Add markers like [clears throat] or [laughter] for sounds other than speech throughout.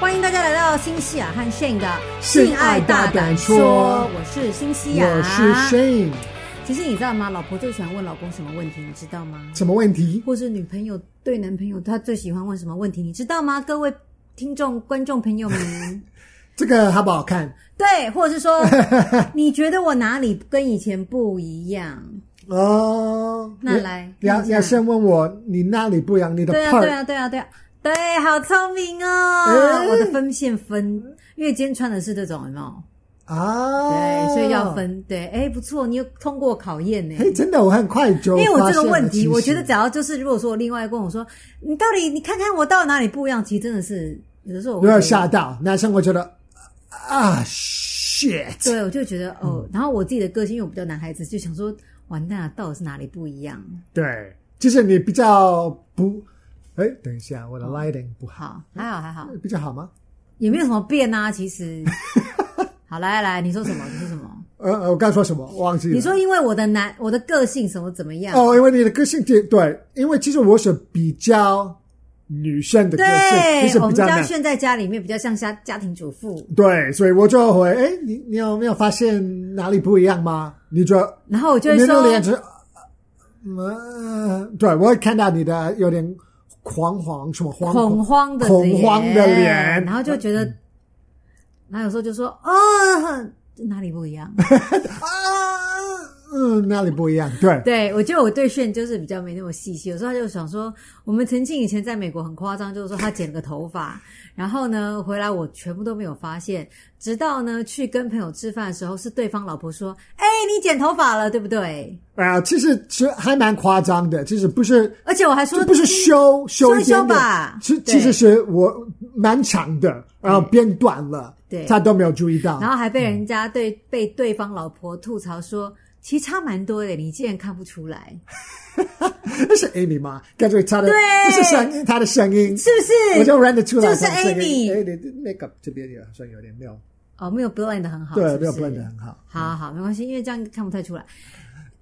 欢迎大家来到新西亚和 Shane 的性爱大大胆说，说我是新西亚，我是啊 Shane，其实你知道吗？老婆最喜欢问老公什么问题，你知道吗？什么问题？或是女朋友对男朋友，她最喜欢问什么问题，你知道吗？各位听众、观众朋友 [laughs] 们，这个好不好看？对，或者是 [laughs] 说，你觉得我哪里跟以前不一样？哦，那来要看一下要先问我你那里不一样，你的对啊， part 对啊，对啊，对啊，对，好聪明哦！哎我的分线分，因为今天穿的是这种，有没有？啊对，所以要。分。对，哎，不错，你又通过考验呢。嘿，真的，我很快就因为我发这个现了问题，其实我觉得只要就是，如果说我另外问我说，你到底你看看我到底哪里不一样，其实真的是有的时候我有会觉点得吓到，那像我觉得啊，shit，对，我就觉得嗯哦，然后我自己的个性，因为我比较男孩子，就想说，完蛋了，到底是哪里不一样？对，就是你比较不，哎，等一下，我的 lighting 不好，好，还好还好，比较好吗？也没有什么变啊，其 [laughs] 实。好，来来来，你说什么？你说什么？呃，呃我刚说什么？我忘记了。你说因为我的男，我的个性什么怎么样？哦，因为你的个性对对，因为其实我是比较女生的个性，你对是，我比们较家男。炫在家里面比较像家家庭主妇，对，所以我就会哎，你你有没有发现哪里不一样吗？你就然后我就你会的脸说，是，呃，对我会看到你的有点狂慌，什么慌恐慌的恐慌的脸，嗯然后就觉得，然后有时候就说，哦，这哪里不一样？ [laughs] 啊，嗯，哪里不一样？对，对，我觉得我对炫就是比较没那么细心，有时候他就想说，我们曾经以前在美国很夸张，就是说他剪了个头发，然后呢回来我全部都没有发现，直到呢去跟朋友吃饭的时候，是对方老婆说：“哎、你剪头发了，对不对啊、其实其实还蛮夸张的，其实不是？”。而且我还说这不是修修修一一修点点吧其对其实是我蛮长的，然后变短了，对他都没有注意到然。后还被人家对、被对方老婆吐槽说，其实差蛮多的，你竟然看不出来，那是 Amy 吗？感觉他的对这是声音，他的声音，是不我是？就认得出来就是她的声音 Amy 哎，你的 makeup 这边也好像有点没有，哦，没有 blend 得很好，对是，不没有嗯是 blend 得很好。好好，没关系，因为这样看不太出来，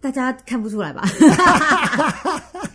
大家看不出 [laughs] 来吧？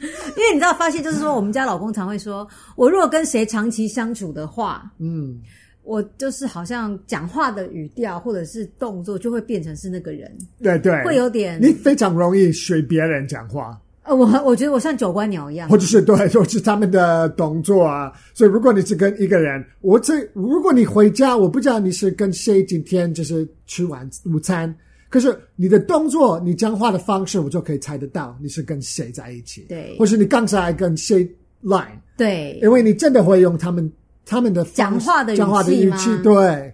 因为你知道，发现就是说，我们家老公常会说，我如果跟谁长期相处的话，嗯，我就是好像讲话的语调或者是动作就会变成是那个人，对对，会有点你非常容易学别人讲话，呃，我我觉得我像九官鸟一 [laughs] 样或，者是对，或者是他们的动作啊。所以如果你是跟一个人，我这如果你回家，我不知道你是跟谁今天就是吃完午餐，可是你的动作、你讲话的方式，我就可以猜得到你是跟谁在一起，对或是你刚才跟谁 line，对因为你真的会用他们他们的方讲式话的语气讲话的语吗气，对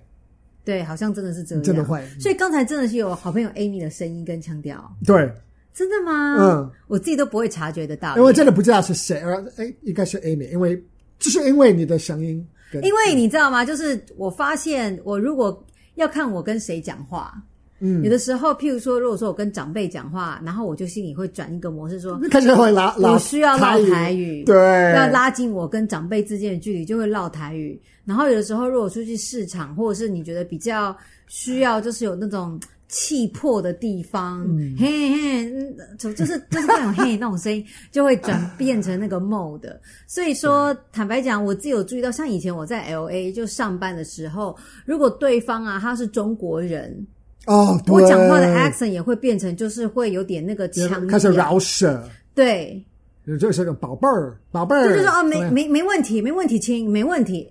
对，好像真的是这样，真的会嗯所以刚才真的是有好朋友 Amy 的声音跟腔调，对，真的吗？嗯，哎我自己都不会察觉得到，因为真的不知道是谁，而哎，应该是 Amy，因为就是因为你的声音跟，因为你知道吗？就是我发现，我如果要看我跟谁讲话，嗯有的时候，譬如说，如果说我跟长辈讲话，然后我就心里会转一个模式说。开始会拉拉我需要唠台语，对，要拉近我跟长辈之间的距离，就会唠台语。然后有的时候，如果出去市场，或者是你觉得比较需要，就是有那种气魄的地方，嘿嘿，嗯就就是就是那种嘿那种声音，就会转变成那个 mode。所以说，坦白讲，我自己有注意到，像以前我在 L A 就上班的时候，如果对方啊他是中国人，哦，对我讲话的 accent 也会变成就是会有点那个腔开始调饶舌，对。就是个宝贝儿，宝贝儿，就是说哦，没嗯对没没问题，没问题，亲，没问 [laughs] 题，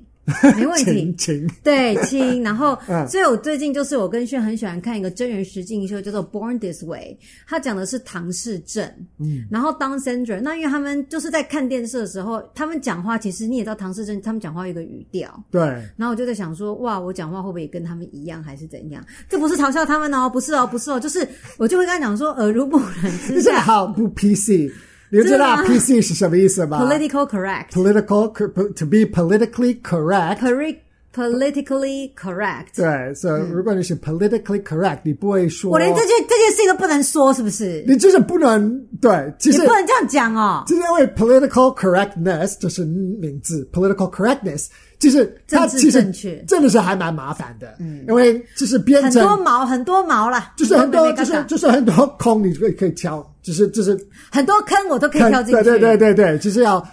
没问题情。情对，亲。然后，嗯所以我最近就是我跟炫很喜欢看一个真人实境秀，叫做《Born This Way》，它讲的是唐氏症。嗯，然后 Down syndrome。那因为他们就是在看电视的时候，他们讲话其实你也知道，唐氏症他们讲话有一个语调。对。然后我就在想说，哇，我讲话会不会也跟他们一样，还是怎样？这不是嘲笑他们哦，不是哦，不是哦，就是我就会跟他讲说，呃耳濡目染之 [laughs] 你这下好不 PC，你知道真的吗 PC 是什么意思吗，political correct。 ？Political cor- to be politically correct， correct politically correct。对，所以如果你是 politically correct，你不会说，我连这件这件事情都不能说，是不是？你就是不能对，其你实不能这样讲哦。就是因为 political correctness 就是名字 political correctness，就是它政治其实正确真的是还蛮麻烦的，嗯，因为就是变很多成毛，很多毛啦，就是很多妹妹就嘎是嘎就是很多空你可以可以挑，就是就是很多坑，我都可以很跳进去。对对对对对，就是要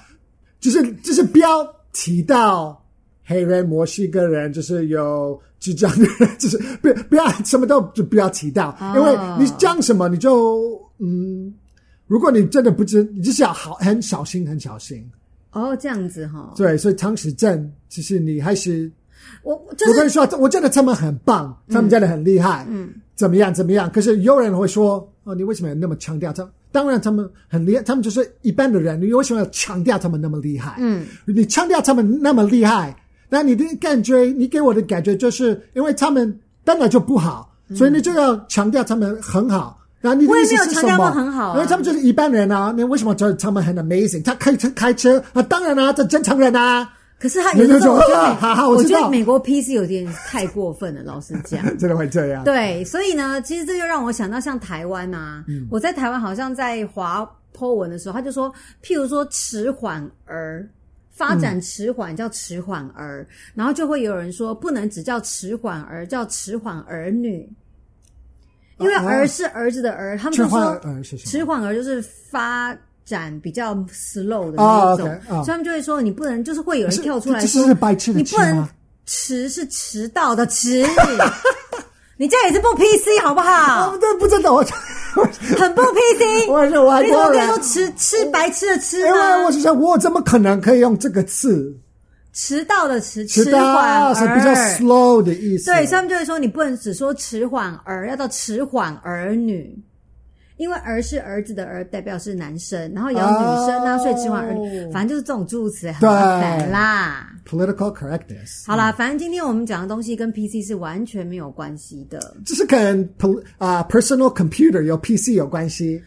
就是就是不要提到黑人、墨西哥人，就是有智障的人，就是不不要什么都就不要提到，因为你讲什么你就嗯，如果你真的不知，你就是要好很小心，很小心。哦，这样子哈，对，所以唐时镇其实你还是我就我跟是你说，我真的他们很棒，嗯他们真的很厉害，嗯，怎么样怎么样？可是有人会说，哦，你为什么要那么强调他？当然，他们很厉害，他们就是一般的人，你为什么要强调他们那么厉害？嗯，你强调他们那么厉害，那你的感觉，你给我的感觉就是因为他们本来就不好，所以你就要强调他们很好。然后你嗯的我也意思没有是强什调么过很好啊因为他们就是一般人啊，那为什么这他们很 amazing？他开车开车啊，当然啊，这正常人啊，可是他有的时候我有觉一得种啊美， [laughs] 哈哈我我知觉道得美国 P 是有点太过分了，老实讲。真的会这样。对，所以呢，其实这就让我想到像台湾啊，嗯我在台湾好像在划 Po 文的时候，他就说，譬如说迟缓儿。发展迟缓叫迟缓儿，嗯然后就会有人说不能只叫迟缓儿，叫迟缓儿女，因为哦儿是儿子的儿，他们吃就饭说呃是什么？迟缓儿就是发展比较 slow 的那一种，哦，OK，哦所以他们就会说你不能，就是会有人跳出来这说这是白痴的你痴不能吗？迟是迟到的迟，你 [laughs] 这样也是不 PC 好不啊，好？对，不知道我，很不 PC。我是外你怎么国可以人说，迟吃白痴的痴因为我呢？是想，我怎么可能可以用这个字？迟到的迟，迟迟缓到是比较儿。 slow 的意思。对，所以他们就会说你不能只说迟缓儿，要到迟缓儿女，因为儿是儿子的儿，代表是男生，然后也有女生啊，哦所以迟缓儿女，反正就是这种助词很对嗯麻烦啦。 political correctness，好啦，反正今天我们讲的东西跟 PC 是完全没有关系的。这是跟 pol 啊 personal computer 有 PC 有关系。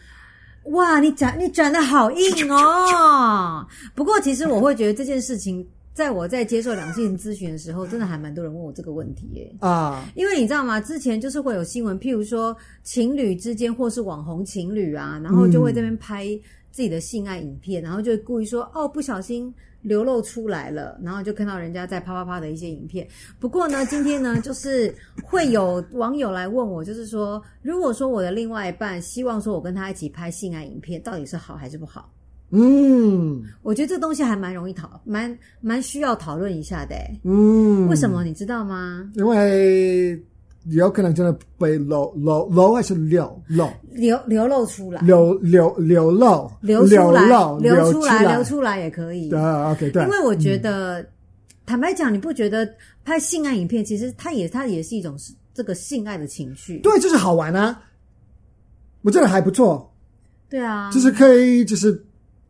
哇，你转你转的好硬哦！不过其实我会觉得这件事情，在我在接受两性咨询的时候，真的还蛮多人问我这个问题耶。啊，因为你知道吗？之前就是会有新闻，譬如说情侣之间或是网红情侣啊，然后就会这边拍自己的性爱影片，然后就会故意说哦，不小心流露出来了，然后就看到人家在啪啪啪的一些影片。不过呢，今天呢，就是会有网友来问我，就是说，如果说我的另外一半希望说我跟他一起拍性爱影片，到底是好还是不好？嗯我觉得这东西还蛮容易讨，蛮蛮需要讨论一下的、欸。嗯，为什？么你知道吗？因为有可能真的被流流流还是流流流流露出来，流流流漏流出来漏，流出来，流出来也可以。啊，OK，对嗯因，为我觉得，坦白讲，你不觉得拍性爱影片，其实它也它也是一种这个性爱的情绪。对，就是好玩啊！我觉得还不错，对啊，就是可以，就是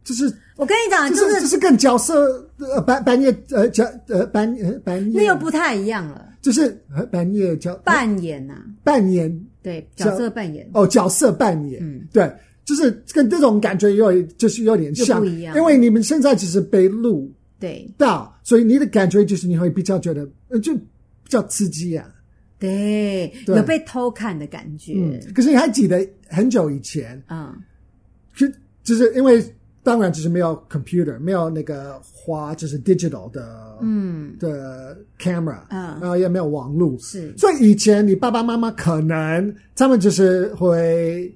就是我跟你讲，就啊就是就是是跟角色呃半半夜呃角呃半呃半那夜又不太一样了。就是呃半夜角扮演呐、扮演对，角角色扮演，哦角色扮演，嗯对，就是跟这种感觉有就是有点像，就不一样因为你们现在只是被录对到，所以你的感觉就是你会比较觉得呃就比较刺激啊，对，对有被偷看的感觉。嗯，可是你还记得很久以前嗯，就就是因为当然就是没有 computer，没有那个花，就是 digital 的，嗯的 camera，嗯然后也没有网络，是所以以前你爸爸妈妈可能他们就是会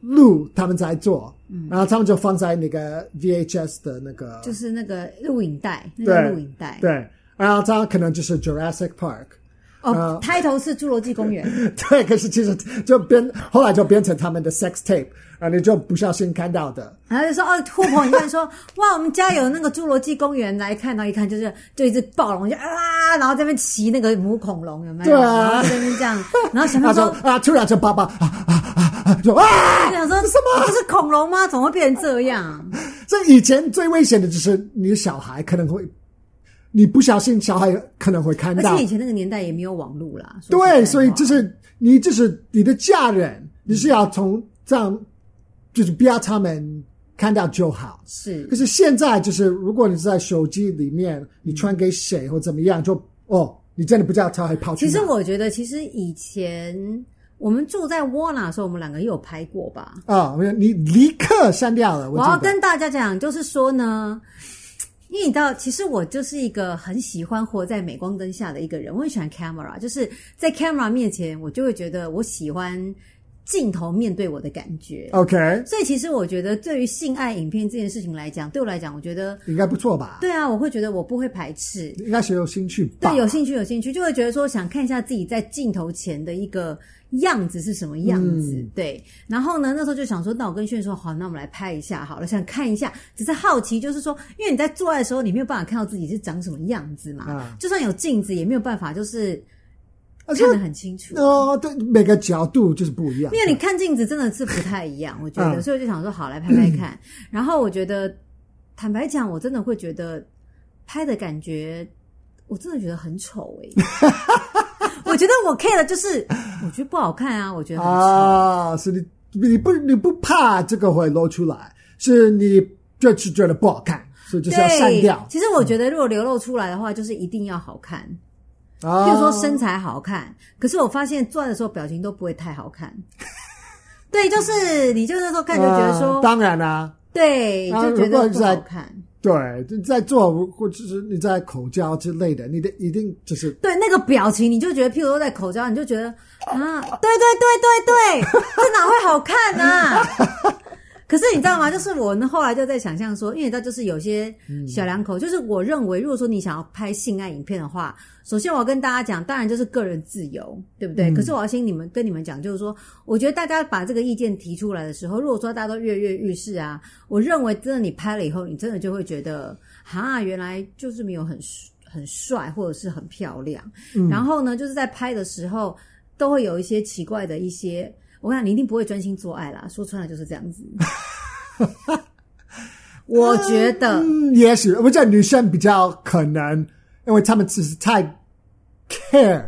录他们在做，然后他们就放在那个 VHS 的那个，嗯就是那个录影带，那对个录影带。对，然后他可能就是 Jurassic Park。 [laughs] 呃哦，开头是《侏罗纪公园》对，可是其实就变，后来就变成他们的 sex tape，然后你就不小心看到的，然后就说哦，互朋引伴说 [laughs] 哇，我们家有那个侏罗纪公园，来看到一看就是就一只暴龙就啊，然后在那边骑那个母恐龙有没有？对啊然后在那边这样，然后想 [laughs] 他到嗯说说。啊，突然就爸爸啊啊啊啊，就啊！想说什么这不是恐龙吗？怎么会变成这 [laughs] 样？这以前最危险的就是你的小孩可能会，你不小心小孩可能会看而到且以，前那个年代也没有网络啦。说实在啊对，话所以就是你就是你的家人，你是要从这样，就是不要他们看到就好。是可是现在就是，如果你是在手机里面，你传给谁或怎么样，就哦，你真的不知道他会跑去其哪。实我觉得，其实以前我们住在窝纳的时候，我们两个也有拍过吧。啊、你立刻删掉了。我我记要得跟大家讲，就是说呢， [sniffs] 因为你知道，其实我就是一个很喜欢活在镁光灯下的一个人，我很喜欢 camera，就是在 camera 面前，我就会觉得我喜欢镜头面对我的感觉。 OK，所以其实我觉得，对于性爱影片这件事情来讲，对我来讲，我觉得应该不错吧？对啊，我会觉得我不会排斥，应该是有兴趣吧？对，有兴趣，有兴趣，就会觉得说想看一下自己在镜头前的一个样子是什么样子。嗯对，然后呢，那时候就想说，那我跟炫说，好，那我们来拍一下好了，想看一下，只是好奇，就是说，因为你在做爱的时候，你没有办法看到自己是长什么样子嘛，啊就算有镜子，也没有办法就是而且看得很清楚。啊哦，对，每个角度就是不一样。因为你看镜子真的是不太一样，我觉得，嗯所以我就想说，好来拍拍看。然后我觉得，坦白讲，我真的会觉得拍的感觉，我真的觉得很丑哎、 [laughs] 我觉得我 care 的就是，我觉得不好看啊，我觉得很丑。啊，是你你不你不怕这个会露出来，是你就是觉得不好看，所以就是要删对掉，。其实我觉得如果流露出来的话，就是一定要好看，啊，譬如说身材好看。可是我发现做爱的时候表情都不会太好 [laughs] 看。对，就是你就那时候看就觉得说，呃当然啦、对，啊就觉如果得你不好在看。对，你在做或者是你在口交之类的，你的一定就是对那个表情，你就觉得，譬如说在口罩，你就觉得啊，对对对对对，这哪会好看啊？ [laughs] 可是你知道吗？就是我呢，后来就在想象说，因为你知道，就是有些小两口，就是我认为，如果说你想要拍性爱影片的话，首先我要跟大家讲，当然就是个人自由，对不对？嗯可是我要先你们跟你们讲，就是说，我觉得大家把这个意见提出来的时候，如果说大家都跃跃欲试啊，我认为真的你拍了以后，你真的就会觉得，哈，原来就是没有很很帅，或者是很漂亮。然后呢，就是在拍的时候都会有一些奇怪的一些，我想你一定不会专心做爱啦，说穿了就是这样子。我觉得，嗯，也许我觉得女生比较可能，因为她们只是太 care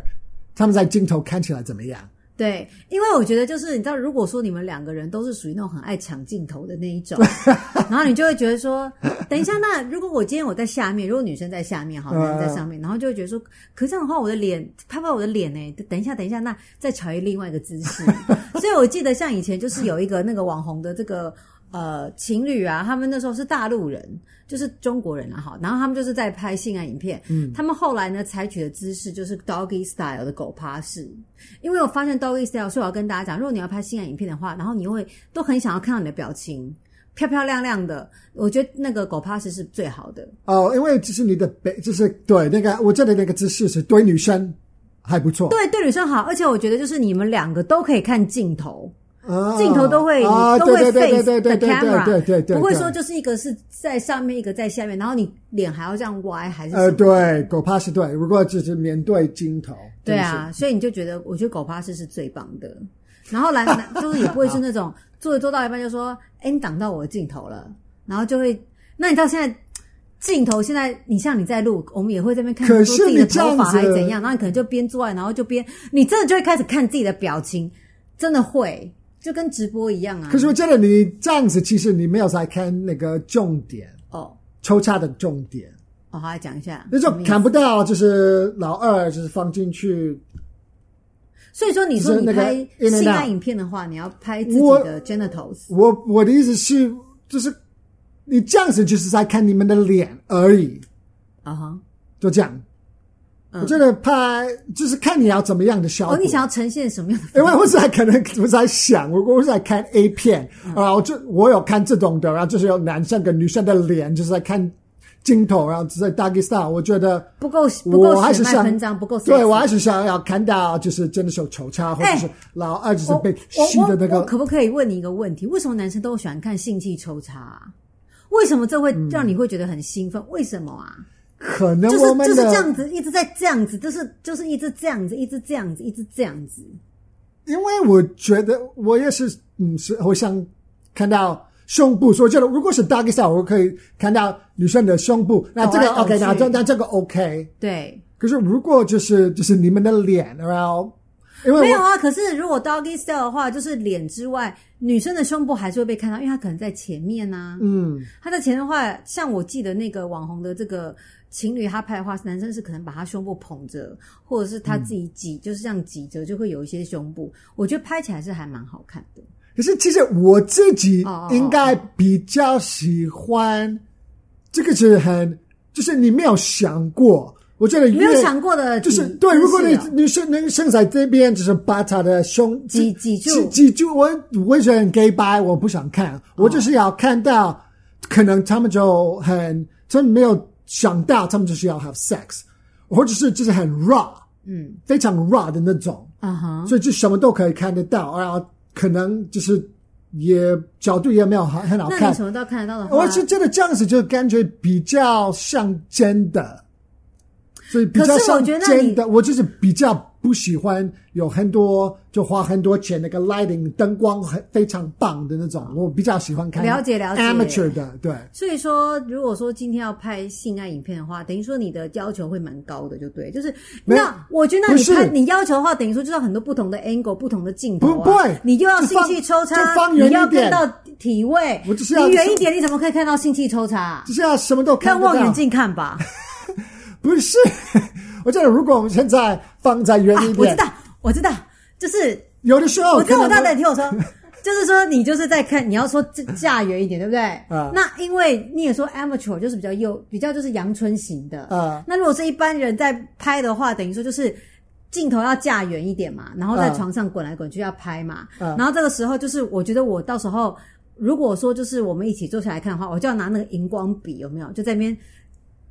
她们在镜头看起来怎么样。对，因为我觉得就是你知道，如果说你们两个人都是属于那种很爱抢镜头的那一种，然后你就会觉得说，等一下，那如果我今天我在下面，如果女生在下面，好，嗯男生在上面，然后就会觉得说，可这样的话，我的脸拍拍我的脸呢、等一下，等一下，那再调一另外一个姿势。所以我记得像以前就是有一个那个网红的这个。呃，情侣啊，他们那时候是大陆人，就是中国人啊，哈，然后他们就是在拍性爱影片，嗯，他们后来呢采取的姿势就是 doggy style 的狗趴式，因为我发现 doggy style，所以我要跟大家讲，如果你要拍性爱影片的话，然后你会都很想要看到你的表情，漂漂亮亮的，我觉得那个狗趴式是最好的。哦，因为就是你的背，就是对那个，我觉得那个姿势是对女生还不错，对，对女生好，而且我觉得就是你们两个都可以看镜头，啊镜头都会、啊，都对会对对 face the 对对对对 camera，对对对，不会对说就是一个是在上面，一个在下面，然后你脸还要这样歪还是什么呃，对，狗怕是对，如果就是面对镜头，对真的啊，所以你就觉得，我觉得狗巴士是最棒的。然后蓝蓝就是也不会是那种做着做到一半就说：“哎，你挡到我的镜头了。”然后就会，那你到现在镜头现在，你像你在录，我们也会在那边看可说是自己的你这样头发还子怎样，然后你可能就边做爱，然后就边，你真的就会开始看自己的表情，真的会，就跟直播一样啊。是。可是我觉得你这样子，其实你没有在看那个重点，哦，抽插的重点，我好来讲一下，那就什么意思看不到，就是老二就是放进去。所以说，你说就是你那个拍 in and 性爱 out 影片的话，你要拍自己我的 genitals。我我的意思是，就是你这样子就是在看你们的脸而已，啊哈，就这样。嗯我觉得拍就是看你要怎么样的效果。哦，你想嗯要呈现什么样的？因为我在可能 [laughs] 我在想，我我在看 A 片，嗯然后就我有看这种的，然后就是有男生跟女生的脸，就是在看镜头，然后在 doggy style。我觉得不够不够我还血是脉想喷张，不够 sexy 对我还是想要看到就是真的是有仇差，或者是老二就是我被我吸的那我我个。可不可以问你一个问题？为什么男生都喜欢看性器抽插、啊？为什么这会嗯让你会觉得很兴奋？为什么啊？可能就是我们就的是这样子，一直在这样子，就是就是一直这样子，一直这样子，一直这样子。因为我觉得我也是，嗯，是我想看到胸部，所以这个如果是 doggy style，我可以看到女生的胸部，那这个抖来抖 OK，那去这那这个 OK。对，可是如果就是就是你们的脸，然后因为没有我啊。可是如果 doggy style 的话，就是脸之外，女生的胸部还是会被看到，因为她可能在前面啊。嗯她在前面的话，像我记得那个网红的这个情侣，他拍的话，男生是可能把他胸部捧着，或者是他自己挤，就是这样挤着，就会有一些胸部。我觉得拍起来是还蛮好看的。可是其实我自己哦哦哦应该比较喜欢，这个是很就是你没有想过，我我觉得越没有想过的就体，是对，如果姿势你哦你是能生在这边，就是把他的胸脊脊柱脊柱，我我觉得很 gay 白，我不想看，我就是要看到，可能他们就很真没有想到，他们就是要 have sex，或者是就是很 raw，嗯非常 raw 的那种，啊哈，所以就什么都可以看得到，然后可能就是也角度也没有很很好那看你，什么都看得到的话，我是觉得这样子就感觉比较像真的，所以比较像可是我觉真得的。我就是比较不喜欢有很多就花很多钱那个 lighting 灯光很非常棒的那种，我比较喜欢看了解了解 amateur 的，对所以说，如果说今天要拍性爱影片的话，等于说你的要求会蛮高的，就对，就是没有那我觉得那你不是拍你要求的话，等于说就是要很多不同的 angle、不同的镜头、啊，不不会你又要就性放气抽插就，放远你要一点看到体位，我就是要你远一点，你怎么可以看到性气抽插啊就？是要什么都看看得到望远镜看吧，不是。 [laughs] 我觉得如果我们现在放在 [laughs] 远啊一，我点，哦知道，我知道，就是有的时候我知道我可能大胆听我说，就是说你就是在看，你要说这架远一点，对不对？啊那因为你也说 amateur 就是比较幼，比较就是阳春型的。啊那如果是一般人在拍的话，等于说就是。镜头要架远一点嘛，然后在啊床上滚来滚去要拍嘛，啊然后这个时候就是我觉得我到时候如果说就是我们一起坐下来看的话，我就要拿那个荧光笔有没有，就在那边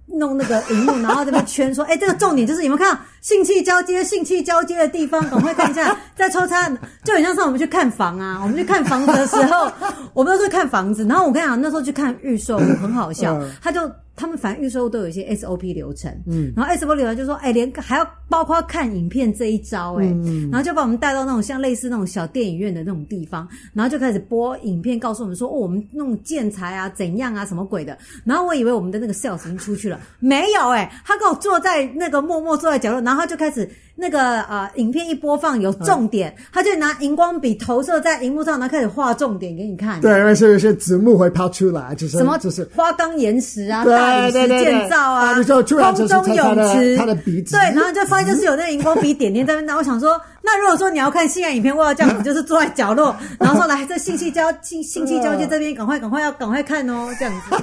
弄那个荧幕，然后这边圈说，哎、这个重点就是有没有看到性器交接、性器交接的地方，赶快看一下，再抽插，就很像是我们去看房啊，我们去看房子的时候，我们那时候看房子，然后我跟你讲，那时候去看预售屋，很好笑嗯，他就。他们反正预售屋都有一些 SOP 流程，嗯，然后 SOP 流程就说，哎、连还要包括看影片这一招、哎、然后就把我们带到那种像类似那种小电影院的那种地方，然后就开始播影片，告诉我们说，哦，我们弄建材啊，怎样啊，什么鬼的，然后我以为我们的那个 sales 已经出去了，没有哎、他跟我坐在那个默默坐在角落，然后他就开始那个呃，影片一播放有重点，他就拿荧光笔投射在荧幕上，然后开始画重点给你看。对，因为是有些字幕会跑出来，就是什么就是花岗岩石啊，对大理石对对对建造啊，啊你就突然空就是中看他泳的池，他的鼻子对，然后就发现就是有那个荧光笔点点在那边。然后我想 [laughs] 说，那如果说你要看性爱影片，我要这样，你就是坐在角落，然后说来这信息交信信息交接这边，赶快赶快要赶快看哦，这样 [laughs] 子，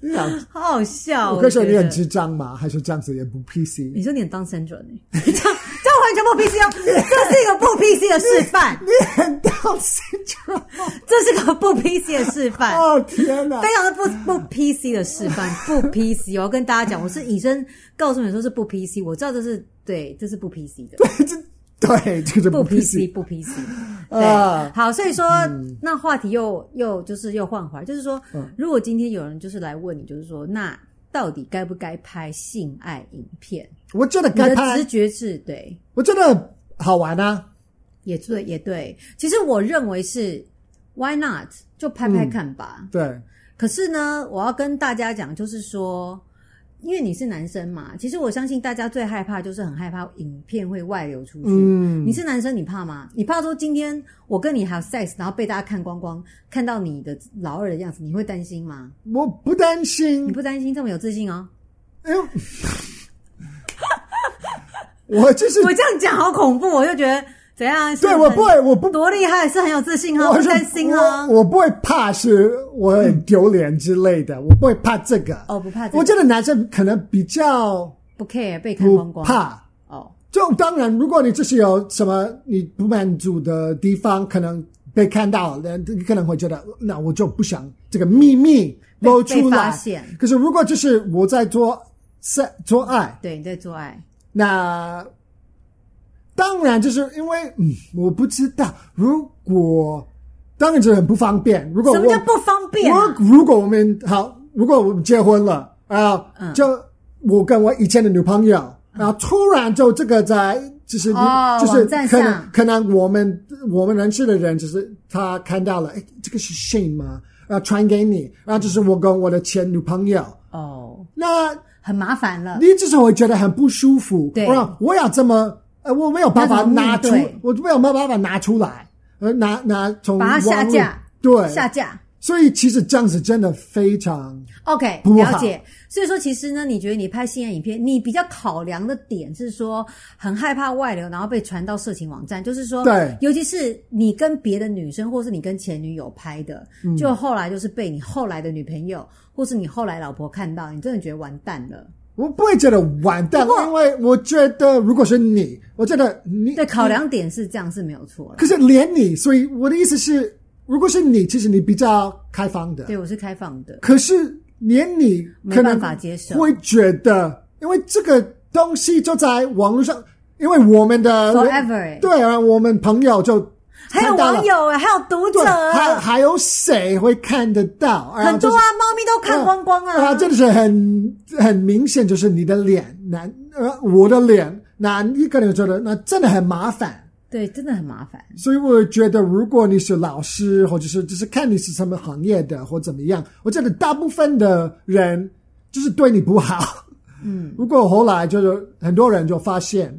这样。好好笑哦。我可以说觉你很得智障吗？还是这样子也不 PC？你说你很当三准 [laughs] 哎、欸，这样这样完全不 PC 哦，这是一个不 PC 的示 [laughs] 范，你很当心肠。这是个不 PC 的示范。哦天哪！非常的不不 PC 的示范，不 PC 哦。我跟大家讲，我是以身告诉你说是不 PC，我知道这是对，这是不 PC 的，对，这 [laughs] 个不不 PC PC。不 [laughs] PC。对啊，好，所以说、那话题又又就是又换回来，就是说，嗯如果今天有人就是来问你，就是说，那到底该不该拍性爱影片？我觉得你该的拍直，觉是对，我觉得好玩啊。也对，也对。其实我认为是 Why not？就拍嗯拍看吧。对，可是呢，我要跟大家讲，就是说，因为你是男生嘛，其实我相信大家最害怕就是很害怕影片会外流出去。嗯你，是男生，你怕吗？你怕说今天我跟你还有 sex，然后被大家看光光，看到你的老二的样子，你会担心吗？我不担你心。不担心，这么有自信哦。哎呦， [laughs] 我就是我这样讲好恐怖，我就觉得怎样？是对很我不会，我不，多厉害，是很有自信哦，我不是担心我哦。我不会怕，是我很丢脸之类的，我不会怕这个。哦，不怕这个，我觉得男生可能比较不 care 被看光不光。怕。哦，就当然，如果你就是有什么你不满足的地方，可能被看到，那你可能会觉得，那我就不想这个秘密被露出被发来现。可是如果就是我在做是做爱，对，你在做爱，那当然就是因为嗯，我不知道，如果当然就很不方便。如果什我么叫不方便啊、我如果我们好，如果我们结婚了啊，嗯就我跟我以前的女朋友，然后突然就这个在就是、哦就是网站可上能可能我们我们认识的人，就是他看到了，哎，这个是信吗？然后传给你，然后就是我跟我的前女朋友，哦，那很麻烦了。你就是会觉得很不舒服。对我要我要这么，呃，我没有办法那怎么拿出面对，我没有办法拿出来，呃，拿拿从把它下网络架对下架，所以其实这样子真的非常 OK，不好了解。所以说，其实呢，你觉得你拍性爱影片，你比较考量的点是说，很害怕外流，然后被传到色情网站，就是说，对尤其是你跟别的女生，或是你跟前女友拍的，嗯就后来就是被你后来的女朋友，或是你后来老婆看到，你真的觉得完蛋了。我不会觉得完蛋，因为我觉得如果是你，我觉得你对，考量点是这样是没有错了。可是连你，所以我的意思是，如果是你，其实你比较开放的，对我是开放的，可是连你没可能办法接受会觉得，因为这个东西就在网络上，因为我们的 Forever 对啊，我们朋友就还有看到了网友哎，还有读者对，还啊，还有谁会看得到？哎然后很多就是啊，猫咪都看光光啊，真的是很很明显，就是你的脸，那呃我的脸，那你可能觉得那真的很麻烦。对，真的很麻烦。所以我觉得，如果你是老师，或者是就是看你是什么行业的或怎么样，我觉得大部分的人就是对你不好。嗯，如果后来就是很多人就发现，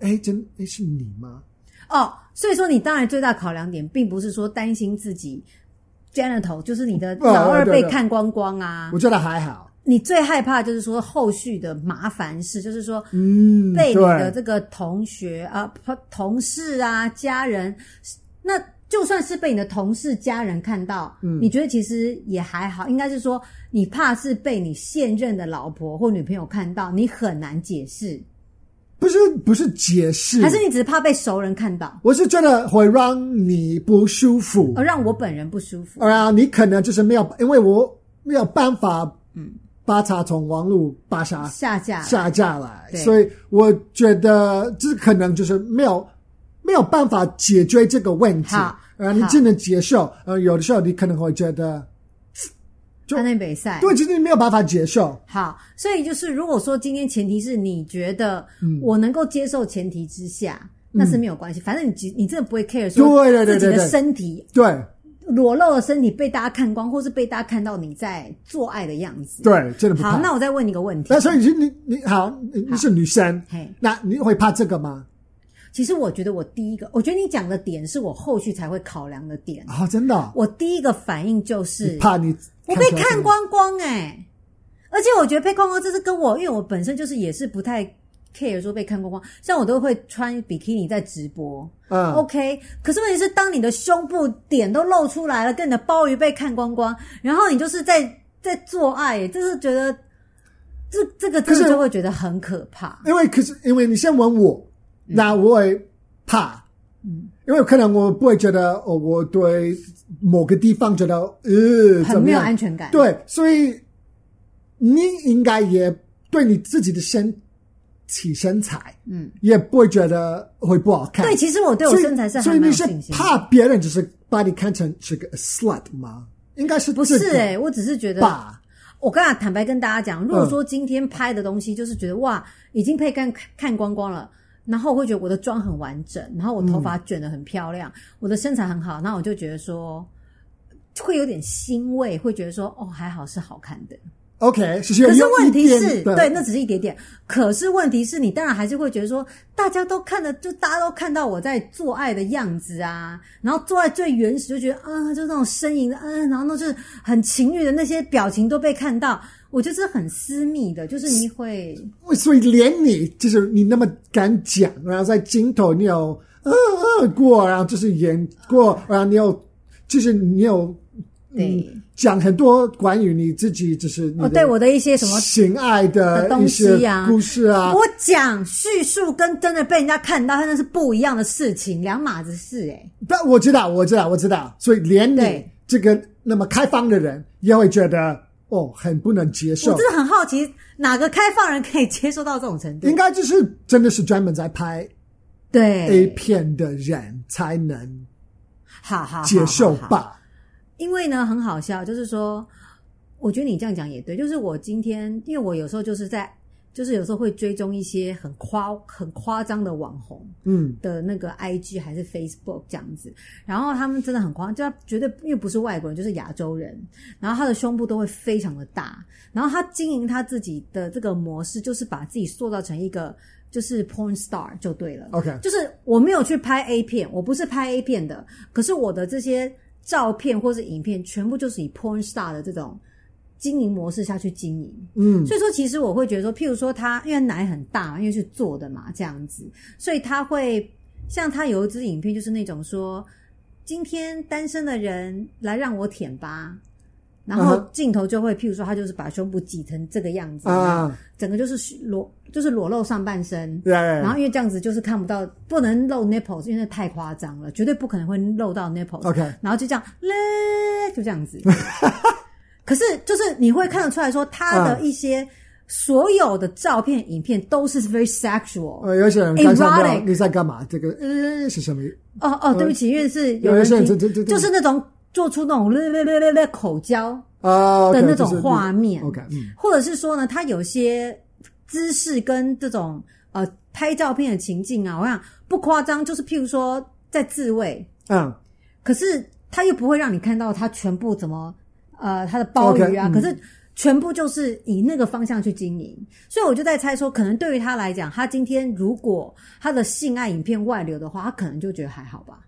哎，真哎是你吗？哦，所以说你当然最大考量点，并不是说担心自己 genital，就是你的呃老二对被对看光光啊。我觉得还好。你最害怕就是说后续的麻烦事，就是说，嗯，被你的对，这个同学啊、不同事啊、家人，那就算是被你的同事、家人看到，嗯你觉得其实也还好，应该是说你怕是被你现任的老婆或女朋友看到，你很难解释，不是不是解释，还是你只是怕被熟人看到，我是觉得会让你不舒服而，让我本人不舒服。然后你可能就是没有，因为我没有办法，嗯，把它从网络把它下架了下架来，对所以我觉得这可能就是没有没有办法解决这个问题好。呃，你好只能接受。呃，有的时候你可能会觉得，就他那北赛，对，其实你没有办法接受。好，所以就是如果说今天前提是你觉得嗯我能够接受前提之下，那是没有关系，反正你只你真的不会 care 说对对对自己对的对身体对裸露的身体被大家看光，或是被大家看到你在做爱的样子。，对，真的不好，怕。那我再问你一个问题那。所以你你你好，你你是女生嘿，那你会怕这个吗？其实我觉得我第一个，我觉得你讲的点是我后续才会考量的点。啊，真的哦，我第一个反应就是你怕你我被出来什看么，光光哎、而且我觉得被看光，这是跟我，因为我本身就是也是不太 care 说被看光光，像我都会穿比基尼在直播、o 嗯， k 可是问题是，当你的胸部点都露出来了，跟你的鲍鱼被看光光，然后你就是在在做爱、欸，就是觉得这这个真可的是就会觉得很可怕。因为可是因为你先问我，嗯那我会怕。因为可能我不会觉得哦，我对某个地方觉得呃很怎么没有样安全感，，对，所以你应该也对你自己的身体身材嗯，也不会觉得会不好看。对，其实我对我所以身材是所还以蛮你有是信心的。怕别人就是把你看成是个 slut 吗？应该是不是这个哎、我只是觉得吧？我刚才坦白跟大家讲，如果说今天拍的东西就是觉得、哇，已经被看看光光了，然后我会觉得我的妆很完整，然后我头发卷得很漂亮，我的身材很好，那我就觉得说会有点欣慰，会觉得说哦，还好是好看的。 OK，是有可是有一问题点是，的对，那只是一点点。可是问题是你当然还是会觉得说，大家都看的，就大家都看到我在做爱的样子啊，然后做爱最原始就觉得啊，就那种呻吟的，嗯、然后那就是很情欲的那些表情都被看到。我就是很私密的，就是你会所以连你就是你那么敢讲，然后在镜头你有呃呃过，然后就是演过，然后你有就是你有对嗯、讲很多关于你自己就是你哦，对我的一些什么。情爱的的东一些西啊故事啊我。讲叙述跟真的被人家看到，它那是不一样的事情，两码子事哎、但我知道，我知道，我知道，所以连你对这个那么开放的人也会觉得哦，很不能接我受。真的很好奇，哪个开放人可以接受到这种程度应？该就是真的是专门在拍对 A 片的人才能好好好接受好好吧。因为呢，很好笑，就是说，我觉得你这样讲也对。就是我今天，因为我有时候就是在，就是有时候会追踪一些很夸很夸张的网红嗯，的那个 IG 还是 Facebook 这样子，然后他们真的很夸张，就他绝对因为不是外国人就是亚洲人，然后他的胸部都会非常的大，然后他经营他自己的这个模式，就是把自己塑造成一个就是 porn star 就对了。 OK 就是我没有去拍 A 片，我不是拍 A 片的，可是我的这些照片或是影片，全部就是以 porn star 的这种经营模式下去经营。嗯所以说，其实我会觉得说，譬如说他因为奶很大嘛，因为是做的嘛，这样子，所以他会像他有一支影片，就是那种说，今天单身的人来让我舔吧。然后嗯哼镜头就会，譬如说，他就是把胸部挤成这个样子，啊，整个就是裸，就是裸露上半身，对，然后然因为这样子就是看不到，不能露 nipples，因为那太夸张了，绝对不可能会露到 nipples。 OK 然后就这样嘞，就这样 [laughs] 子。可是就是你会看得出来说，他的嗯一些所有的照片、影片都是 very sexual。呃，有些人看上了 Erotic 你在干嘛？这个呃是什么？哦哦，对不起，因为是有嗯有人人听是这这这就是那种做出那种嘞嘞嘞嘞嘞口交的啊 OK，那就是种画面。 OK，嗯或者是说呢，他有些姿势跟这种呃拍照片的情境啊，我想不夸张，就是譬如说在自慰，嗯可是他又不会让你看到他全部怎么呃他的鲍 OK，鱼啊嗯可是。全部就是以那个方向去经营，所以我就在猜说，可能对于他来讲，他今天如果他的性爱影片外流的话，他可能就觉得还好吧。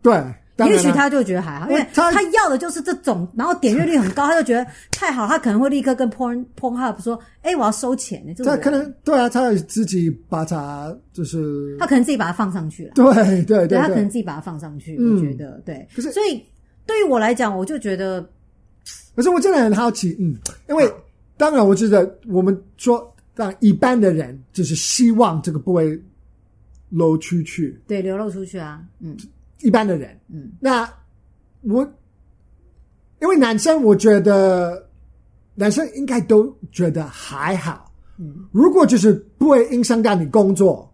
对，当然也许了他就觉得还好，因为我他他要的就是这种，然后点阅率很高，他就觉得太好，他可能会立刻跟 Porn Pornhub 说：“哎、我要收钱呢。”这他个可人能对啊，他自己把它就是他可能自己把它放上去了， [laughs] 对对对他可能对自己把它放上去，嗯我觉得对可是。所以对于我来讲，我就觉得可是我真的很好奇，嗯，因为当然我觉得我们说让一般的人就是希望这个不会漏出去，对流露出去啊，嗯一般的人，嗯，那我因为男生，我觉得男生应该都觉得还好。嗯，如果就是不会影响到你工作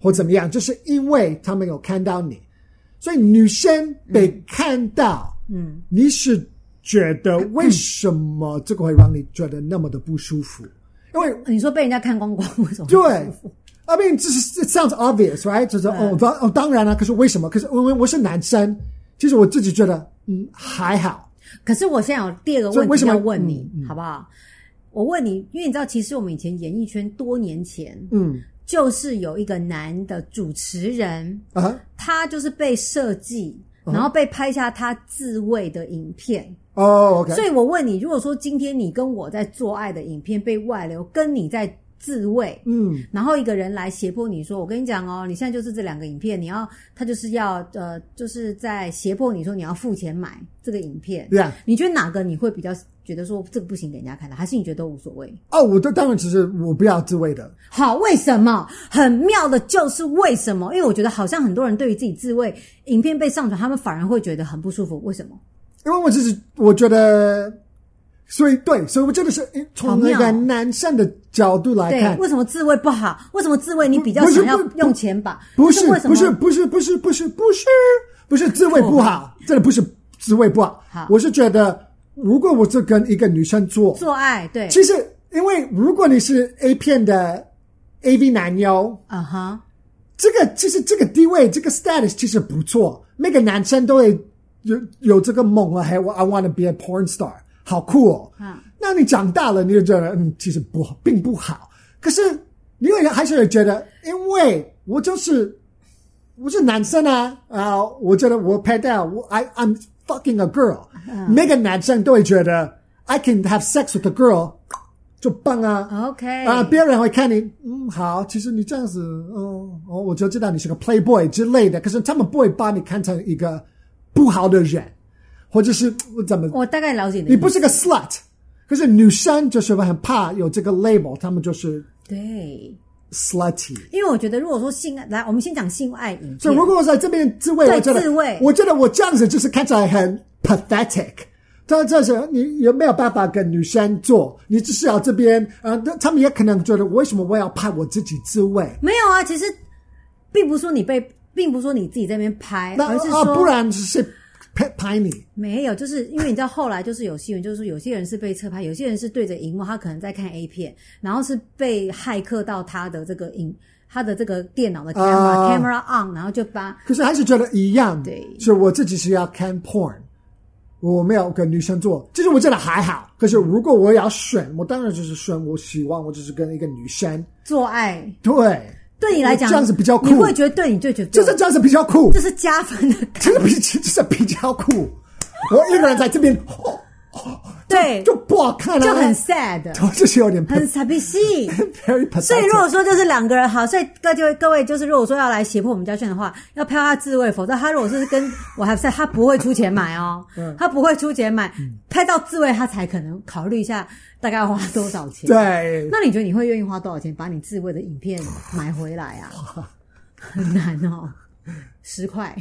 或怎么样，就是因为他们有看到你，所以女生被看到，嗯，你是觉得为什么这个会让你觉得那么的不舒服？因为你说被人家看光光，为什么？对。I mean，这是 it sounds obvious, right？就是嗯哦，当哦，当然了。可是为什么？可是因为我是男生，其实我自己觉得，嗯，还好。可是我现在有第二个所以问为题什么要问你，嗯嗯好不好？我问你，因为你知道，其实我们以前演艺圈多年前，嗯就是有一个男的主持人，啊他就是被设计，嗯然后被拍下他自慰的影片。哦，OK，所以我问你，如果说今天你跟我在做爱的影片被外流，跟你在自慰，嗯然后一个人来胁迫你说：“我跟你讲哦，你现在就是这两个影片，你要他就是要呃，就是在胁迫你说你要付钱买这个影片。 ，Yeah。你觉得哪个你会比较觉得说这个不行给人家看的，还是你觉得都无所谓？哦，我的当然，其实我不要自慰的。好，为什么？很妙的就是为什么？因为我觉得好像很多人对于自己自慰影片被上传，他们反而会觉得很不舒服。为什么？因为我只是我觉得，所以对，所以我真的是诶好从妙那个男生的角度来对，看，为什么自慰不好？为什么自慰你比较不是想要不不用钱吧？不是是为什么不是不是不是不是不是不是滋味不好，真的不是滋味不好。好我是觉得，如果我是跟一个女生做，做爱？对，其实因为如果你是 A 片的 AV 男优，啊哈，这个其实这个地位这个 status 其实不错，每个男生都会有有这个梦啊，还我 I want to be a porn star，好酷哦。啊，那你长大了，你就觉得嗯，其实不好，并不好。可是你会还是会觉得，因为我就是我是男生啊啊、我觉得我拍到我 I I'm fucking a girl，、每个男生都会觉得 I can have sex with a girl，就棒啊。 OK 啊、别人会看你，嗯，好，其实你这样子，哦，哦，我就知道你是个 playboy 之类的，可是他们不会把你看成一个不好的人，或者是我怎么我大概了解你的你意思。不是个 slut，可是女生就是会很怕有这个 label，她们就是对， slutty。因为我觉得如果说性爱，来，我们先讲性爱影所以片。如果我在这边自慰，对我觉自得慰我觉得我这样子就是看起来很 pathetic。但这时候你有没有办法跟女生做？你至少这边，呃，他们也可能觉得为什么我要拍我自己自慰？没有啊，其实并不是说你被，并不是说你自己在那边拍，那而是啊说，不然就是拍拍你。没有，就是因为你知道后来就是有新闻，就是说有些人是被侧拍，有些人是对着荧幕，他可能在看 A 片，然后是被骇客到他的这个影，他的这个电脑的 camera、啊 camera on，然后就把可是还是觉得一样，对是我自己是要看 porn，我没有跟女生做，其实我真的还好。可是如果我要选，我当然就是选我希望我就是跟一个女生，做爱。对，对你来讲，这样子比较酷你会觉得对你最觉得就是这样子比较酷这，是加分的。这个比这是比较酷。我一个人在这边，吼吼对就不好看啊，就很 sad，我就是有点很傻逼戏。 very pathetic。所以如果说就是两个人好，所以各就各位就是如果说要来胁迫我们家炫的话，要票他自卫，否则他如果是跟我还在，他不会出钱买哦，嗯他不会出钱买，拍到自卫他才可能考虑一下大概要花多少钱。对，那你觉得你会愿意花多少钱把你自卫的影片买回来啊？ [laughs] 很难哦，十块。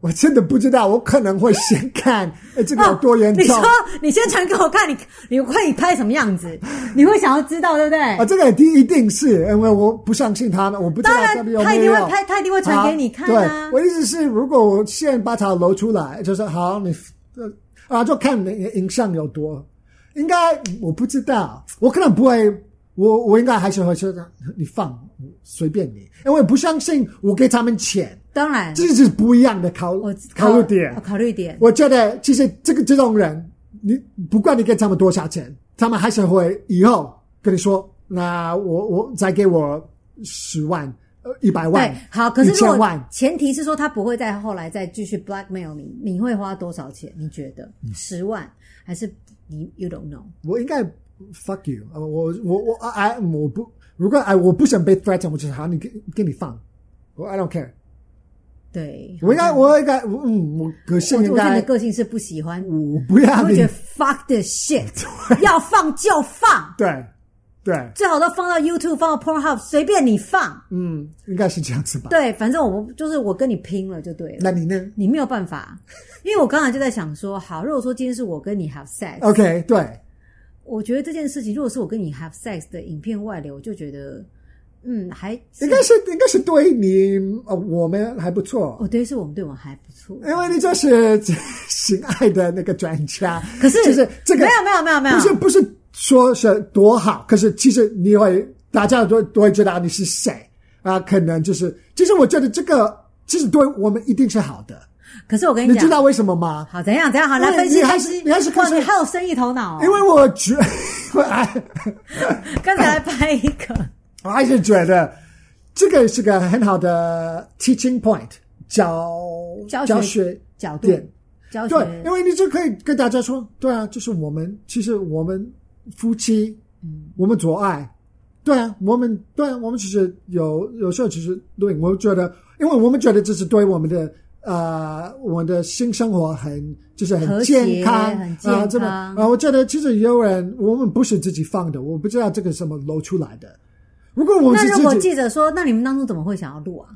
我真的不知道，我可能会先看，哎，这个有多严哦你重说你先传给我看，你你会你拍什么样子？你会想要知道，对不对？啊？这个一定是因为我不相信他们，我不知道当然到底有，他一没定会有。拍，他一定会传给你看啊对，。我意思是，如果我现把它露出来，就是好，你呃啊，就看你的影像有多。应该我不知道，我可能不会，我我应该还是会说你放随便你，因为不相信我给他们钱，当然，这是不一样的考我考虑点我。考虑点。我觉得其实这个这种人，你不管你给他们多少钱，他们还是会以后跟你说，那我我再给我十万、呃一百万对，，好，可是一如千果万，前提是说他不会再后来再继续 blackmail 你，你会花多少钱？你觉得嗯十万还是你 you don't know？我应该 fuck you，呃我我我 I I- 我不，如果 I 我不想被 threaten，我就好，你给给你放，我 I don't care，对，我应该我应该我嗯，我个性我应我真该的个性是不喜欢，我不要我会你觉，得 fuck the shit，要 [laughs] 放就放。对对，最好都放到 YouTube，放到 Pornhub，随便你放。嗯，应该是这样子吧？对，反正我们就是我跟你拼了就对了。那你呢你没有办法，因为我刚才就在想说，好，如果说今天是我跟你 have sex，、 ？OK，对，我觉得这件事情，如果是我跟你 have sex 的影片外流，我就觉得，嗯，还应该是应该是对你呃我们还不错。哦，对，是我们对我们还不错。因为你就是 [laughs] 性爱的那个专家，可是就是这个没有没有没有没有不，是不是说是多好，可是其实你会大家都都会知道你是谁啊，可能就是其实我觉得这个其实对我们一定是好的，可是我跟你讲，知道为什么吗？好怎样怎样好因为来分析你还分是析，你还是可以哇，你说还有生意头脑、哦，因为我觉 [laughs] 我还刚才来拍一 [laughs] 个，我还是觉得这个是个很好的 teaching point 教教学教学角度点。教学对，因为你就可以跟大家说，对啊，就是我们，其实我们夫妻，嗯，我们做爱，对啊，我们对啊，我们其实有有时候其实对，我觉得，因为我们觉得这是对我们的呃我们的性生活很就是和很谐健康很健啊，这么康啊，我觉得其实有人我们不是自己放的，我不知道这个什么露出来的。如果我们是那如果自己记者说，那你们当初怎么会想要录啊？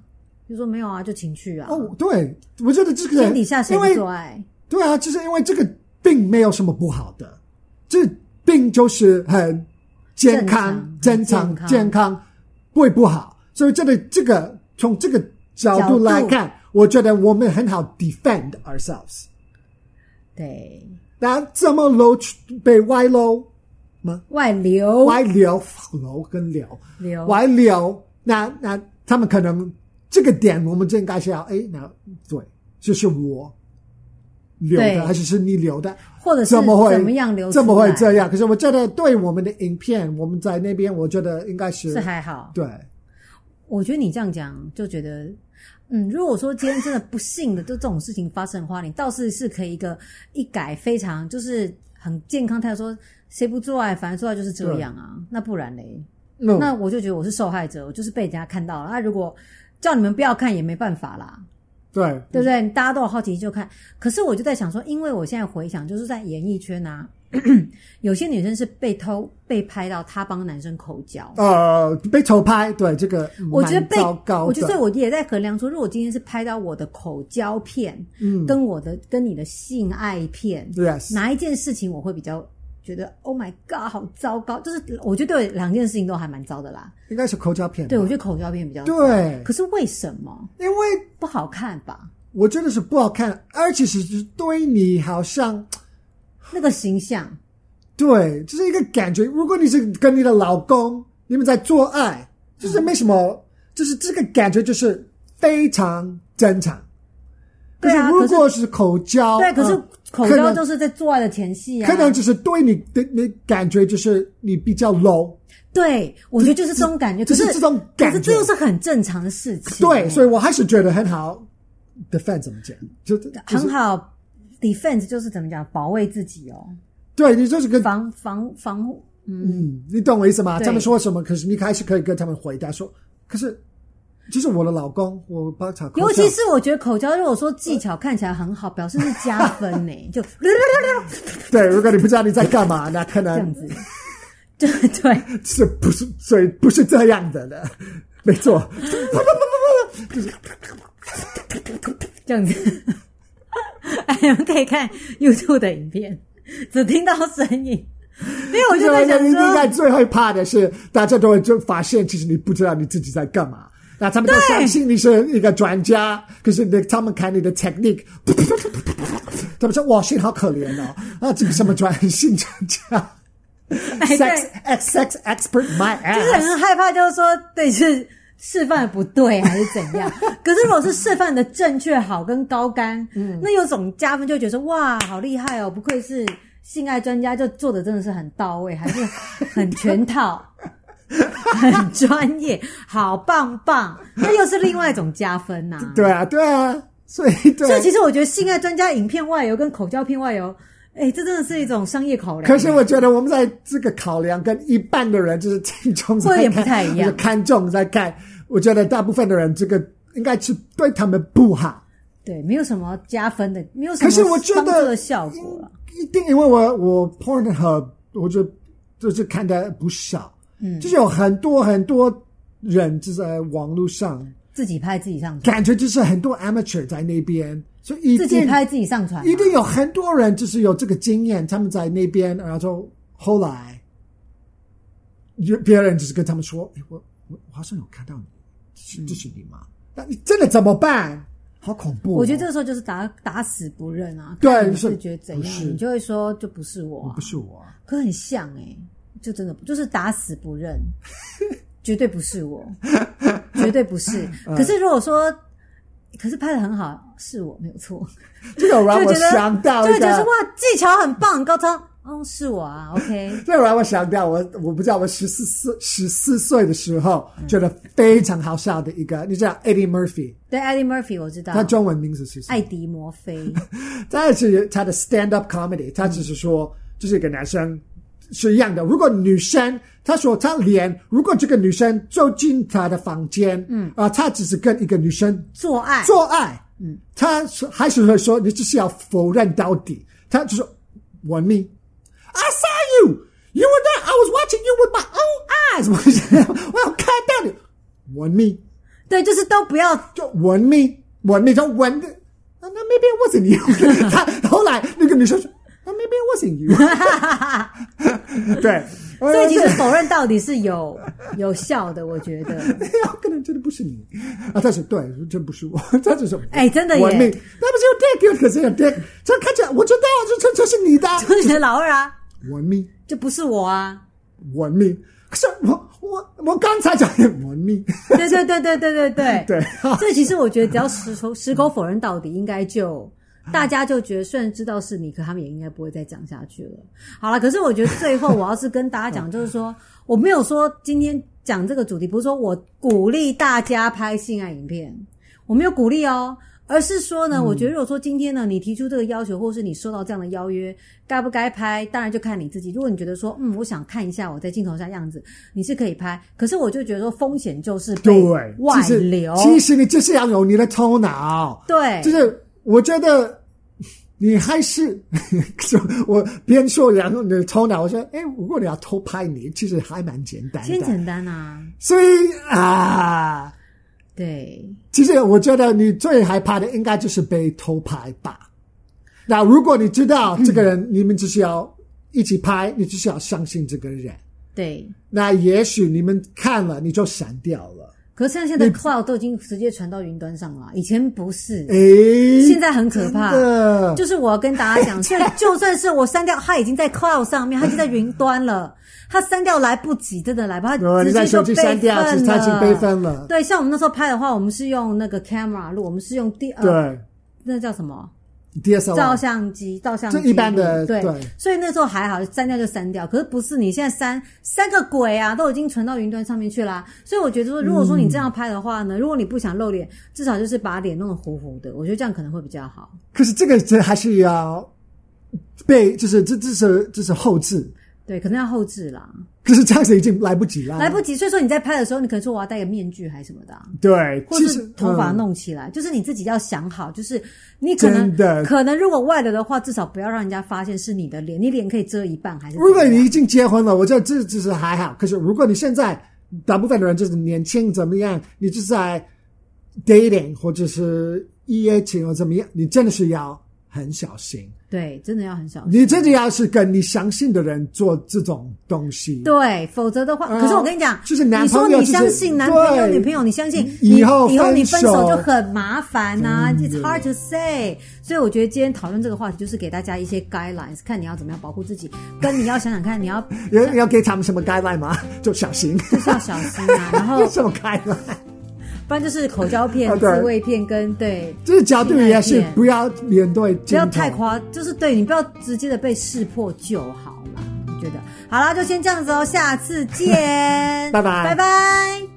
就说没有啊，就情趣啊，哦，对，我觉得这个天底下谁因为不做爱？对啊，就是因为这个并没有什么不好的，这病就是很健康、正正常很健常、康健康，不会不好。所以这个这个从这个角角度度来看，我觉得我们很好 defend ourselves。对，那这么 low 被歪 low 吗？外流，歪流、楼跟流、流，歪流，那那他们可能这个点，我们就应该是要哎，那对，就是我留对的，还是是你留的？或者是怎么会怎么样流出来，怎么会这样？可是我觉得对我们的影片，我们在那边，我觉得应该是是还好。对我觉得你这样讲就觉得，嗯，如果说今天真的不幸的就这种事情发生的话，你倒是是可以一个一改非常就是很健康态度说，谁不做爱，反正做爱就是这样啊，那不然嘞？那那我就觉得我是受害者，我就是被人家看到了。啊那如果叫你们不要看也没办法啦，对对不对？大家都有好奇心就看。可是我就在想说，因为我现在回想，就是在演艺圈啊， [clears throat] 有些女生是被偷被拍到她帮男生口交。呃被偷拍，对这个我觉得蛮被糟糕的，我觉得我也在衡量说，如果今天是拍到我的口交片，嗯跟我的跟你的性爱片， yes 哪一件事情我会比较觉得 Oh my God，好糟糕？就是我觉得对两件事情都还蛮糟的啦。应该是口交片吧，对，我觉得口交片比较糟对可是为什么因为不好看吧？我觉得是不好看，而且是是对你好像那个形象，对，就是一个感觉。如果你是跟你的老公，你们在做爱，就是没什么，就是这个感觉就是非常正常。对啊可可如是果是口交，对，可是嗯口可交能就是在做爱的前戏啊。可能就是对你的你感觉就是你比较 low，对，我觉得就是这种感觉。可就是这种感可觉是这又是很正常的事情。欸对，所以以我还是觉得很好。defend 怎么讲？就就是很好 defense 就是怎么讲，保卫自己哦，对你就是跟防防防护，嗯，嗯，你懂我意思吗？对他们说什么，可是你开始可以跟他们回答说，可是就是我的老公，我帮他口罩，尤其是我觉得口交，如果说技巧看起来很好，表示是加分呢， [laughs] 就对，如果你不知道你在干嘛，那可这样能子，对对，是不是所以不是这样的的，没错，这样子。哎，你们可以看 YouTube 的影片，只听到声音，因为我就在想你应该说，最害怕的是，大家都会就发现，其实你不知道你自己在干嘛。那他们都对相信你是一个专家，可是你他们看你的 technique，他们说哇，幸好可怜哦，啊，这个什么专性专家哎， ，sex 对， ex sex expert my 就是 ass，很害怕，就是说，对，是示范不对还是怎样？ [laughs] 可是如果是示范的正确好跟高干，嗯那有种加分，就觉得说哇，好厉害哦，不愧是性爱专家，就做的真的是很到位，还是很全套。很专业，好棒棒，那又是另外一种加分呐、对啊，对啊，所以对所啊以。其实我觉得性爱专家影片外游跟口交片外游，哎、这真的是一种商业考量。可是我觉得我们在这个考量跟一半的人就是听众在看会有点不太一样就是看重在看，我觉得大部分的人这个应该是对他们不好。对，没有什么加分的，没有什可是我么觉帮助得的效果啊了。一定，因为我我 Pornhub 我就就是看的不少，嗯，就是有很多很多人就在网络上，自己拍自己上传，感觉就是很多 amateur 在那边，所以一自己定拍自己上传嘛，啊一定有很多人就是有这个经验，他们在那边，然后后来有别人就是跟他们说：“哎，我我我好像有看到你，这是这是你吗？”那你真的怎么办？好恐怖哦、我觉得这个时候就是打打死不认啊，对看你是是觉得怎不是样，你就会说就不是我、啊不，是我，可很像哎、就真的不就是打死不认， [laughs] 绝对不是 [laughs] 我，绝对不是。嗯可是如果说，可是拍的很好，是我没有错，这个让就啊我会觉得想到就一会觉得说个哇，，技巧很棒，很高超，嗯，是我啊，OK，这个让我想到我我不知道我十四岁十四岁的时候、觉得非常好笑的一个，你知道 Eddie Murphy，对，Eddie Murphy 我知道他，中文名字是什么？艾迪摩菲，再是他的 stand up comedy，他只是说，就是一个男生是一样的。如果女生，他说他连如果这个女生走进他的房间，嗯，啊、他只是跟一个女生做爱，做爱，嗯，他是还是会说你就是要否认到底，他就说 want me, I saw you, you were there, I was watching you with my own eyes，我 [laughs] 我有看到你 want me。对，就是都不要就吻 me，吻 me，就吻的。啊那 maybe it wasn't [laughs] you 他。后来那个女生说，那 maybe it wasn't you。对，哎所以其实我否认到底是 [laughs] 有有效的，我觉得。 [laughs] 有哎可能真的不是你啊！他说对，真不是我， [laughs] 他就说哎真的耶吻 me，那不是有 dick，有可是有 dick，这看起来我知道，这这这是你的就是你的老二啊，吻 me，就不是我啊。吻 me。可是我我我刚才讲的吻 me，对对对对对对对 [laughs] 对 [laughs] 这其实我觉得只要矢口矢口否认到底，应该就。嗯大家就觉得，虽然知道是你，可他们也应该不会再讲下去了。好了，可是我觉得最后我要是跟大家讲，就是 [laughs] 说，我没有说今天讲这个主题，不是说我鼓励大家拍性爱影片，我没有鼓励哦，而是说嗯呢，我觉得如果说今天呢，你提出这个要求，或是你收到这样的邀约，该不该拍，当然就看你自己。如果你觉得说，嗯，我想看一下我在镜头下的样子，你是可以拍。可是我就觉得说，风险就是被对，外其实流，其实你就是要有你的头脑，对，就是我觉得 [laughs] 你还是， [laughs] 我边说然后你的头脑，我说，哎，如果你要偷拍你，其实还蛮简单先的。简单啊，所以啊，对，其实我觉得你最害怕的应该就是被偷拍吧。那如果你知道这个人，你们就是要一起拍，你就是要相信这个人。对。那也许你们看了你就删掉了，可是像现在 cloud 都已经直接传到云端上了，以前不是，哎，现在很可怕。真的就是我要跟大家讲，所 [laughs] 以就算是我删掉，它已经在 cloud 上面，它已经在云端了，它删掉来不及，真的来不及，它呃你直接在就手备机份删掉，其实它已经备份了。对，像我们那时候拍的话，我们是用那个 camera 录，我们是用第呃，对，那叫什么照 DSLR 相机、照相机，哦这一般的对，对所以那时候还好，删掉就删掉。可是不是你现在删删个鬼啊，都已经存到云端上面去啦、所以我觉得说，如果说你这样拍的话呢，如果你不想露脸，至少就是把脸弄得糊糊的，我觉得这样可能会比较好。可是这个这还是要被，就是这这是这是后置，对，可能要后置啦，可是这样子已经来不及了，来不及。所以说你在拍的时候，你可能说我要戴个面具还是什么的啊、对，或其是实头发嗯弄起来，就是你自己要想好，就是你可能真的可能如果外流的话，至少不要让人家发现是你的脸，你脸可以遮一半还是怎么如样？果你已经结婚了，我觉得这只是还好。可是如果你现在大部分的人就是年轻怎么样，你就是在 dating 或者是一夜情或怎么样，你真的是要很小心。对，真的要很小心。你真的要是跟你相信的人做这种东西，对，否则的话，嗯可是我跟你讲，就是男朋友你说你就是相信男朋友、对女朋友，你相信以你后以后你分分手手就很麻烦呐、真 It's 的 hard to say。所以我觉得今天讨论这个话题，就是给大家一些 guidelines，看你要怎么样保护自己，跟你要想想看，你要 [laughs] 要要给他们什么 guideline 吗？就小心， [laughs] 就是要小心啊，然后什么 guideline？不然就是口交片啊、自对慰片跟对。就是角度也信是赖点不要面对不镜要头，太夸，就是对你不要直接的被识破就好了。我觉得好啦，就先这样子哦，下次见，拜拜拜拜。